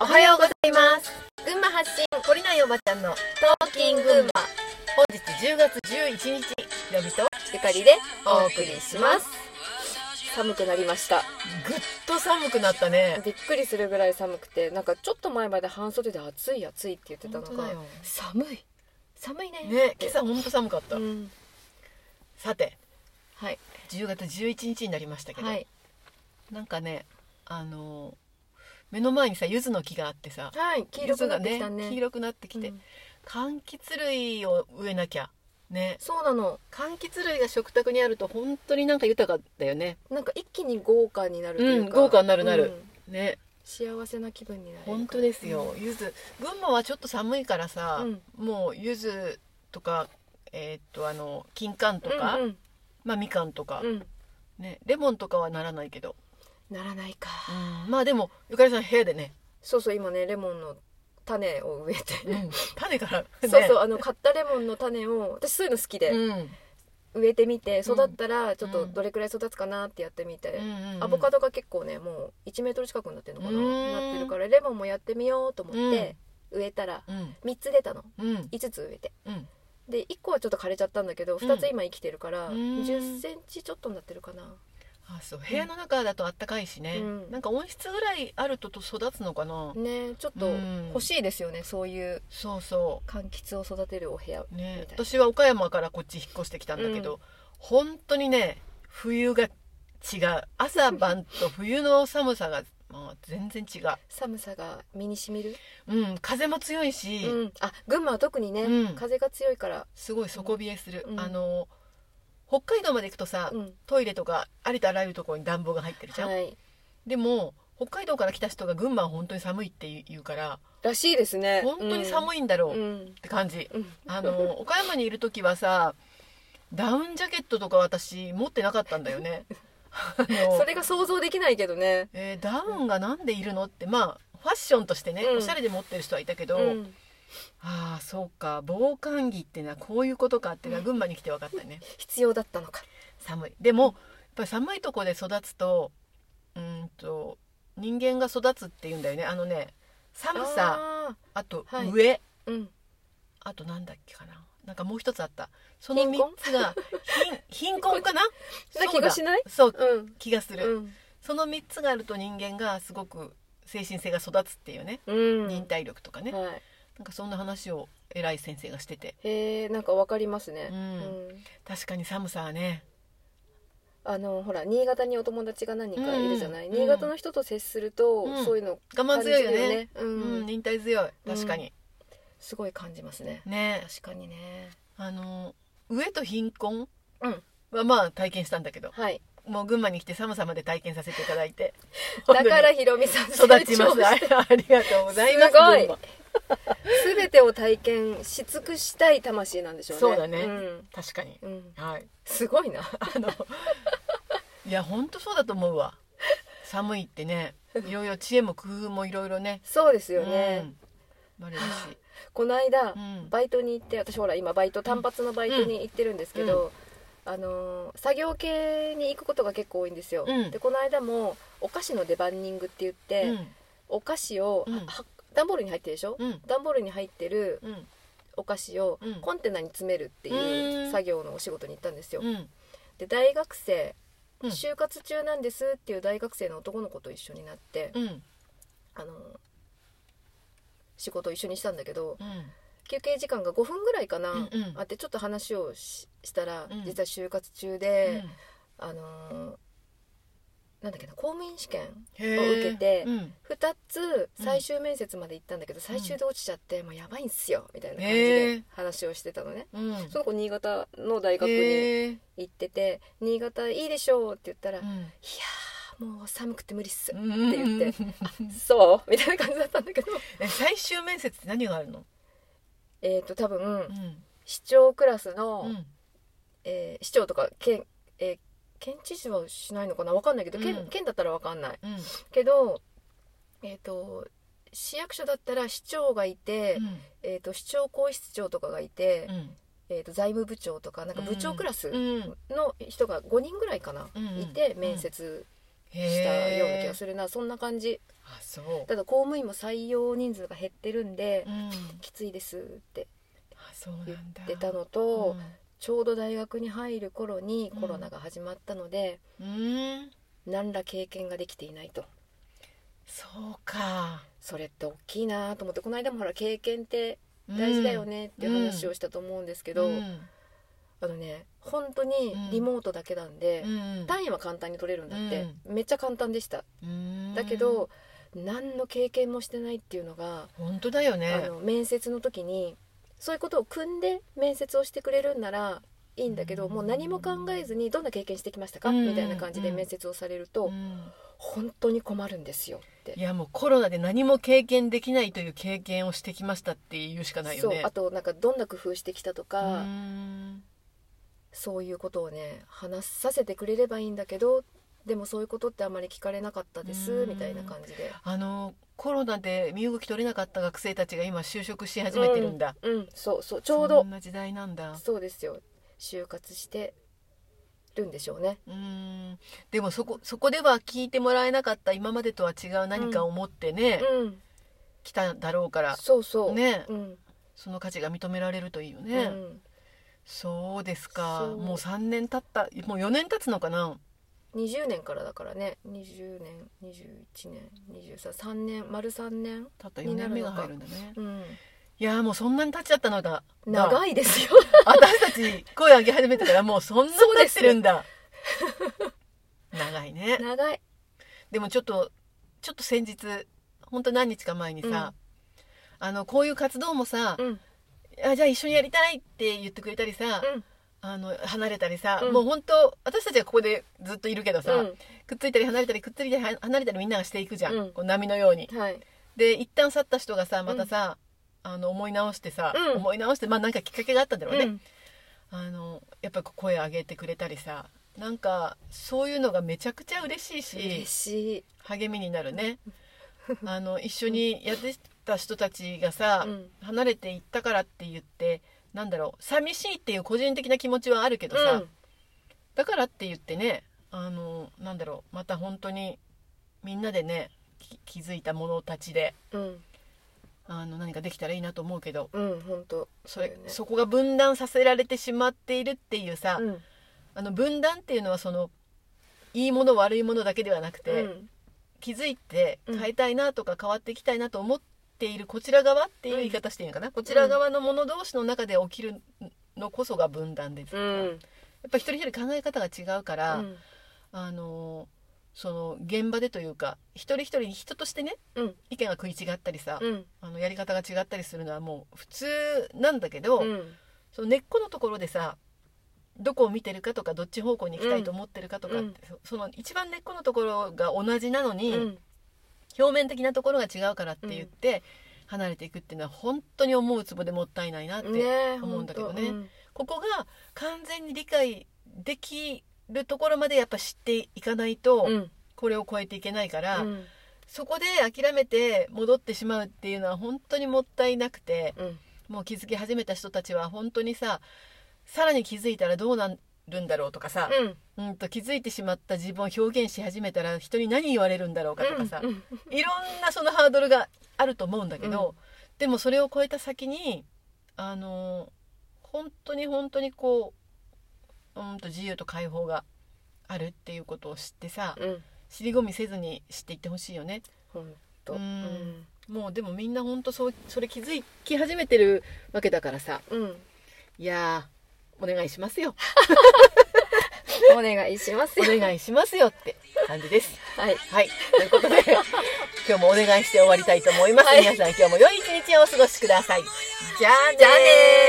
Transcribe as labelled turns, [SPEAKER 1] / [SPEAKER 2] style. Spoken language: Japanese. [SPEAKER 1] おはようございます群馬発信懲りないおばちゃんのトーキング群馬
[SPEAKER 2] 本日10月11日ロビと
[SPEAKER 1] ゆかりでお送りします寒くなりました
[SPEAKER 2] ぐっと寒くなったね
[SPEAKER 1] びっくりするぐらい寒くてなんかちょっと前まで半袖で暑い暑いって言ってたの
[SPEAKER 2] 本当だ
[SPEAKER 1] が
[SPEAKER 2] よ
[SPEAKER 1] 寒い寒いね
[SPEAKER 2] ね今朝ほんと寒かった、
[SPEAKER 1] うん
[SPEAKER 2] さて
[SPEAKER 1] はい
[SPEAKER 2] 10月11日になりましたけど、
[SPEAKER 1] はい
[SPEAKER 2] なんかねあのー目の前にさ柚子の木があってさ
[SPEAKER 1] はい黄色くなってき
[SPEAKER 2] 柚子
[SPEAKER 1] た
[SPEAKER 2] が
[SPEAKER 1] ね
[SPEAKER 2] 黄色くなってきて、
[SPEAKER 1] うん
[SPEAKER 2] 柑橘類を植えなきゃね
[SPEAKER 1] そうなの
[SPEAKER 2] 柑橘類が食卓にあると本当になんか豊かだよね
[SPEAKER 1] なんか一気に豪華になるというか、
[SPEAKER 2] うん豪華になるなる
[SPEAKER 1] うん
[SPEAKER 2] ね
[SPEAKER 1] 幸せな気分になる
[SPEAKER 2] 本当ですよ柚子群馬はちょっと寒いからさ、もう柚子とかえーっとあの金柑とか、
[SPEAKER 1] うん
[SPEAKER 2] まあみかんとか、
[SPEAKER 1] うんうん
[SPEAKER 2] ねレモンとかはならないけど、
[SPEAKER 1] ならないか
[SPEAKER 2] まあでもゆかりさん部屋でね、
[SPEAKER 1] そうそう今ねレモンの種を植えて、
[SPEAKER 2] 種から、ね、
[SPEAKER 1] そうそうあの買ったレモンの種を私そういうの好きで、
[SPEAKER 2] うん、
[SPEAKER 1] 植えてみ
[SPEAKER 2] う
[SPEAKER 1] て
[SPEAKER 2] ん
[SPEAKER 1] 育ったらちょっ
[SPEAKER 2] う
[SPEAKER 1] と
[SPEAKER 2] ん
[SPEAKER 1] どれくらい育つかなってやってみて、
[SPEAKER 2] うんうん
[SPEAKER 1] アボカドが結構ねもう1メートル近くになってるのかな、
[SPEAKER 2] うん
[SPEAKER 1] なってるからレモンもやってみようと思って植えたら
[SPEAKER 2] うん
[SPEAKER 1] 3つ出たの
[SPEAKER 2] うん
[SPEAKER 1] 5つ植えて
[SPEAKER 2] うん
[SPEAKER 1] で1個はちょっと枯れちゃったんだけど2つ今生きてるから
[SPEAKER 2] うん
[SPEAKER 1] 1 0ンチちょっとになってるかな、
[SPEAKER 2] あそう部屋の中だとあったかいしね、
[SPEAKER 1] うん
[SPEAKER 2] なんか温室ぐらいあるとと育つのかな、
[SPEAKER 1] ねちょっと
[SPEAKER 2] うん
[SPEAKER 1] 欲しいですよねそういう
[SPEAKER 2] そうそ
[SPEAKER 1] 柑橘を育てるお部屋
[SPEAKER 2] う
[SPEAKER 1] み
[SPEAKER 2] ね
[SPEAKER 1] たいな
[SPEAKER 2] 私は岡山からこっち引っ越してきたんだけど、本当にね冬が違う朝晩と冬の寒さがもう全然違う、
[SPEAKER 1] 寒さが身にしみる、
[SPEAKER 2] うん、風も強いし、
[SPEAKER 1] うん、あ群馬は特にね、
[SPEAKER 2] うん
[SPEAKER 1] 風が強いから、
[SPEAKER 2] すごい底冷えする、
[SPEAKER 1] うん
[SPEAKER 2] あの北海道まで行くとさ、
[SPEAKER 1] うん、
[SPEAKER 2] トイレとかありとあらゆるところに暖房が入ってるじゃん、
[SPEAKER 1] はい
[SPEAKER 2] でも北海道から来た人が群馬は本当に寒いって言うから
[SPEAKER 1] らしいですね
[SPEAKER 2] 本当に
[SPEAKER 1] い、
[SPEAKER 2] 寒いんだろ
[SPEAKER 1] う
[SPEAKER 2] うっ
[SPEAKER 1] ん
[SPEAKER 2] て感じ、
[SPEAKER 1] うん
[SPEAKER 2] あの岡山にいる時はさダウンジャケットとか私持ってなかったんだよねあの
[SPEAKER 1] それが想像できないけどね
[SPEAKER 2] えーダウンがなんでいるのってまあファッションとしてね、
[SPEAKER 1] うん
[SPEAKER 2] おしゃれで持ってる人はいたけど、
[SPEAKER 1] うん
[SPEAKER 2] ああそうか防寒着ってのはこういうことかってのは群馬に来て分かったね
[SPEAKER 1] 必要だったのか
[SPEAKER 2] 寒いでもやっぱり寒いとこで育つとうーんと人間が育つっていうんだよねあのね寒さ
[SPEAKER 1] あ
[SPEAKER 2] あと
[SPEAKER 1] はい
[SPEAKER 2] 上、
[SPEAKER 1] ーうん
[SPEAKER 2] あとなんだっけかななんかもう一つあったその
[SPEAKER 1] 貧
[SPEAKER 2] 3
[SPEAKER 1] 困
[SPEAKER 2] つが 貧貧困かな
[SPEAKER 1] な気がしない
[SPEAKER 2] そうだそう
[SPEAKER 1] うん
[SPEAKER 2] 気がする、
[SPEAKER 1] うん
[SPEAKER 2] その3つがあると人間がすごく精神性が育つっていうね、
[SPEAKER 1] うん
[SPEAKER 2] 忍耐力とかね、
[SPEAKER 1] はい
[SPEAKER 2] なんかそんな話を偉い先生がしてて
[SPEAKER 1] へえんかわかりますね
[SPEAKER 2] うん
[SPEAKER 1] ん
[SPEAKER 2] 確かに寒さはね
[SPEAKER 1] あのほら新潟にお友達が何人かいるじゃない、
[SPEAKER 2] うんうん
[SPEAKER 1] 新潟の人と接すると、
[SPEAKER 2] うん
[SPEAKER 1] そういうの
[SPEAKER 2] 我慢
[SPEAKER 1] 感じ
[SPEAKER 2] 強いよね
[SPEAKER 1] るう
[SPEAKER 2] うんん、忍耐強い確かに、
[SPEAKER 1] すごい感じますね
[SPEAKER 2] ね
[SPEAKER 1] 確かにね
[SPEAKER 2] あの飢えと貧困
[SPEAKER 1] うん
[SPEAKER 2] はまあ体験したんだけど、
[SPEAKER 1] はい
[SPEAKER 2] もう群馬に来て寒さまで体験させていただいて
[SPEAKER 1] だからひろみさん
[SPEAKER 2] 本当に育ちま
[SPEAKER 1] 成長
[SPEAKER 2] すあ
[SPEAKER 1] し
[SPEAKER 2] り ありがとうございます
[SPEAKER 1] すごい
[SPEAKER 2] 群馬
[SPEAKER 1] 全てを体験し尽くしたい魂なんでしょうね
[SPEAKER 2] そうだね
[SPEAKER 1] ん
[SPEAKER 2] 確かに
[SPEAKER 1] うん、
[SPEAKER 2] はい
[SPEAKER 1] すごいな
[SPEAKER 2] あのいや本当そうだと思うわ寒いってねいろいろ知恵も工夫もいろいろね
[SPEAKER 1] そうですよね、
[SPEAKER 2] うんバレるし、
[SPEAKER 1] この間、
[SPEAKER 2] うん
[SPEAKER 1] バイトに行って私ほら今バイト単発のバイトに行ってるんですけど、あのー作業系に行くことが結構多いんですよ、
[SPEAKER 2] うん
[SPEAKER 1] でこの間もお菓子のデバンニングって言って、お菓子を、
[SPEAKER 2] うん
[SPEAKER 1] は段ボールに入ってるでしょ、
[SPEAKER 2] うんうん
[SPEAKER 1] 段ボールに入ってる
[SPEAKER 2] うん
[SPEAKER 1] お菓子を
[SPEAKER 2] うん
[SPEAKER 1] コンテナに詰めるっていう
[SPEAKER 2] うん
[SPEAKER 1] 作業のお仕事に行ったんですよ、
[SPEAKER 2] うん
[SPEAKER 1] で大学生、
[SPEAKER 2] うん
[SPEAKER 1] 就活中なんですっていう大学生の男の子と一緒になって、
[SPEAKER 2] うん
[SPEAKER 1] あのー仕事を一緒にしたんだけど、
[SPEAKER 2] うん
[SPEAKER 1] 休憩時間が5分ぐらいかな、
[SPEAKER 2] うんうん
[SPEAKER 1] あってちょっと話をししたら、
[SPEAKER 2] うん
[SPEAKER 1] 実は就活中で、あのーなんだっけな公務員試験
[SPEAKER 2] へ
[SPEAKER 1] を
[SPEAKER 2] ー
[SPEAKER 1] 受けて
[SPEAKER 2] うん
[SPEAKER 1] 2つ最終面接まで行ったんだけど、最終で落ちちゃってもうやばいんすよみたいな感じ
[SPEAKER 2] へ
[SPEAKER 1] で
[SPEAKER 2] ー
[SPEAKER 1] 話をしてたのね、
[SPEAKER 2] うん
[SPEAKER 1] その子新潟の大学に
[SPEAKER 2] へー
[SPEAKER 1] 行ってて「新潟いいでしょう」って言ったら
[SPEAKER 2] う
[SPEAKER 1] 「いや
[SPEAKER 2] ん
[SPEAKER 1] ーもう寒くて無理っす」
[SPEAKER 2] っ
[SPEAKER 1] って言って「あそう」みたいな感じだったんだけど
[SPEAKER 2] え最終面接って何があるの、
[SPEAKER 1] えっと多分
[SPEAKER 2] ん
[SPEAKER 1] 市長クラスの、
[SPEAKER 2] うん
[SPEAKER 1] えー市長とか県,、えー県知事はしないのかなわかんないけど、県
[SPEAKER 2] うん
[SPEAKER 1] 県だったらわかんない
[SPEAKER 2] うん
[SPEAKER 1] けど、えー、と市役所だったら市長がいて、えー、と市長皇室長とかがいて、えー、と財務部長とかなんか部長クラス
[SPEAKER 2] うん
[SPEAKER 1] の人が5人ぐらいかな、
[SPEAKER 2] うん
[SPEAKER 1] いて
[SPEAKER 2] うん
[SPEAKER 1] 面接したような気がするなそんな感じ
[SPEAKER 2] あそう
[SPEAKER 1] ただ公務員も採用人数が減ってるんで、
[SPEAKER 2] うん
[SPEAKER 1] きついですって
[SPEAKER 2] あそう
[SPEAKER 1] 言
[SPEAKER 2] なんだ
[SPEAKER 1] ってたのと、
[SPEAKER 2] う
[SPEAKER 1] ちょうど大学に入る頃にコロナが始まったので、
[SPEAKER 2] んうん
[SPEAKER 1] 何ら経験ができていないと
[SPEAKER 2] そうか
[SPEAKER 1] それって大きいなと思ってこの間もほら経験って大事だよ
[SPEAKER 2] ね
[SPEAKER 1] ねっていう話をしたと思うんですけど、
[SPEAKER 2] うん
[SPEAKER 1] あのね本当にリモートだけなんで
[SPEAKER 2] う、ん
[SPEAKER 1] 単位は簡単に取れるんだって、めっちゃ簡単でした
[SPEAKER 2] うん
[SPEAKER 1] だけど、何の経験もしてないっていうのが、
[SPEAKER 2] 本当だよ
[SPEAKER 1] あ
[SPEAKER 2] ね
[SPEAKER 1] の面接の時にそういうことを組んで面接をしてくれるんならいいんだけど、
[SPEAKER 2] うん
[SPEAKER 1] もう何も考えずにどんな経験してきましたか、
[SPEAKER 2] うん
[SPEAKER 1] みたいな感じで面接をされると、
[SPEAKER 2] うん
[SPEAKER 1] 本当に困るんですよって
[SPEAKER 2] いやもうコロナで何も経験できないという経験をしてきましたっていうしかないよね
[SPEAKER 1] そうあとなんかどんな工夫してきたとか、
[SPEAKER 2] うん
[SPEAKER 1] そういうことをね話させてくれればいいんだけどでもそういうことってあまり聞かれなかったです、
[SPEAKER 2] うん
[SPEAKER 1] みたいな感じで
[SPEAKER 2] あのコロナで身動き取れなかった学生たちが今就職し始めてるんだ、
[SPEAKER 1] うん、うんそうそうちょうど
[SPEAKER 2] そんな時代なんだ
[SPEAKER 1] そうですよ就活してるんでしょうね
[SPEAKER 2] うんでもそこそこでは聞いてもらえなかった今までとは違う何かを持ってね、
[SPEAKER 1] うん
[SPEAKER 2] 来ただろうから
[SPEAKER 1] そうそう
[SPEAKER 2] ね
[SPEAKER 1] うん、
[SPEAKER 2] その価値が認められるといいよ
[SPEAKER 1] う
[SPEAKER 2] ね、
[SPEAKER 1] ん、
[SPEAKER 2] そうですか
[SPEAKER 1] そう
[SPEAKER 2] もう3年経ったもう4年経つのかな
[SPEAKER 1] 20年からだからね20年21年233年丸3年
[SPEAKER 2] 経った4年目が入るんだね
[SPEAKER 1] うん
[SPEAKER 2] いやーもうそんなに経っちゃったのだ
[SPEAKER 1] 長いですよ
[SPEAKER 2] 私たち声上げ始めてからもうそんなに
[SPEAKER 1] そう
[SPEAKER 2] 経
[SPEAKER 1] で
[SPEAKER 2] っ
[SPEAKER 1] す
[SPEAKER 2] てるんだ 長いね
[SPEAKER 1] 長い
[SPEAKER 2] でもちょっとちょっと先日本当何日か前にさ、あのこういう活動もさ、
[SPEAKER 1] うん
[SPEAKER 2] あじゃあ一緒にやりたいって言ってくれたりさ、
[SPEAKER 1] うん
[SPEAKER 2] あの離れたりさ、
[SPEAKER 1] うん
[SPEAKER 2] もう本当私たちはここでずっといるけどさ、
[SPEAKER 1] う
[SPEAKER 2] くっついたり離れたりくっついたり離れたりみんながしていくじゃん、
[SPEAKER 1] うん
[SPEAKER 2] こう波のように
[SPEAKER 1] んはい
[SPEAKER 2] で一旦去った人がさまたさ、あの思い直してさ、
[SPEAKER 1] うん
[SPEAKER 2] 思い直してまあなんかきっかけがあったんだろうね、
[SPEAKER 1] うん
[SPEAKER 2] あのやっぱり声上げてくれたりさなんかそういうのがめちゃくちゃ嬉しいし
[SPEAKER 1] 嬉しい
[SPEAKER 2] 励みになるねあの一緒にやってた人たちがさ、
[SPEAKER 1] うん
[SPEAKER 2] 離れていったからって言ってなんだろう寂しいっていう個人的な気持ちはあるけどさ、
[SPEAKER 1] うん
[SPEAKER 2] だからって言ってねあのなんだろうまた本当にみんなでねき気づいた者たちで
[SPEAKER 1] うん
[SPEAKER 2] あの何かできたらいいなと思うけど
[SPEAKER 1] うん本当
[SPEAKER 2] それ
[SPEAKER 1] だよね
[SPEAKER 2] そこが分断させられてしまっているっていうさ、
[SPEAKER 1] うん
[SPEAKER 2] あの分断っていうのはそのいいもの悪いものだけではなくて、
[SPEAKER 1] うん
[SPEAKER 2] 気づいて変えたいなとか変わっていきたいなと思っているこちら側っていう言い方していいのかな、こちら側の者同士の中で起きるのこそが分断です、
[SPEAKER 1] う
[SPEAKER 2] やっ
[SPEAKER 1] ん
[SPEAKER 2] ぱ一人一人考え方が違うから、
[SPEAKER 1] うん
[SPEAKER 2] あのその現場でというか一人一人人としてね
[SPEAKER 1] うん
[SPEAKER 2] 意見が食い違ったりさ、
[SPEAKER 1] うん
[SPEAKER 2] あのやり方が違ったりするのはもう普通なんだけど、
[SPEAKER 1] うん
[SPEAKER 2] その根っこのところでさどこを見てるかとかどっち方向に行きたいと思ってるかとかって、
[SPEAKER 1] うん
[SPEAKER 2] そその一番根っこのところが同じなのに、
[SPEAKER 1] うん
[SPEAKER 2] 表面的なところが違うからって言って離れていくっていうのは本当に思うつぼでもったいないなって、
[SPEAKER 1] ねえ
[SPEAKER 2] 思うんだけどね
[SPEAKER 1] ほと
[SPEAKER 2] ここが完全に理解できるところまでやっぱ知っていかないと、
[SPEAKER 1] うん
[SPEAKER 2] これを超えていけないから、
[SPEAKER 1] うん
[SPEAKER 2] そこで諦めて戻ってしまうっていうのは本当にもったいなくて
[SPEAKER 1] うん
[SPEAKER 2] もう気づき始めた人たちは本当にささらに気づいたらどうなるんだろうとかさ、
[SPEAKER 1] うん
[SPEAKER 2] うん、と気づいてしまった自分を表現し始めたら人に何言われるんだろうかとかさ、
[SPEAKER 1] うん
[SPEAKER 2] いろんなそのハードルがあると思うんだけど、でもそれを超えた先にあの本当に本当にこううんと自由と解放があるっていうことを知ってさ
[SPEAKER 1] うん
[SPEAKER 2] 尻込みせずに知っていってほしいよね
[SPEAKER 1] ほんと
[SPEAKER 2] う
[SPEAKER 1] うんん
[SPEAKER 2] もうでもみんな本当そうそれ気づき始めてるわけだからさ
[SPEAKER 1] うん
[SPEAKER 2] いやーお願いしますよ
[SPEAKER 1] お願いします
[SPEAKER 2] お
[SPEAKER 1] よ
[SPEAKER 2] 願いしますよって感じです
[SPEAKER 1] はい
[SPEAKER 2] はいということで 今日もお願いして終わりたいと思います、
[SPEAKER 1] はい
[SPEAKER 2] 皆さん今日も良い一日をお過ごしくださいじゃあねー
[SPEAKER 1] じゃあねー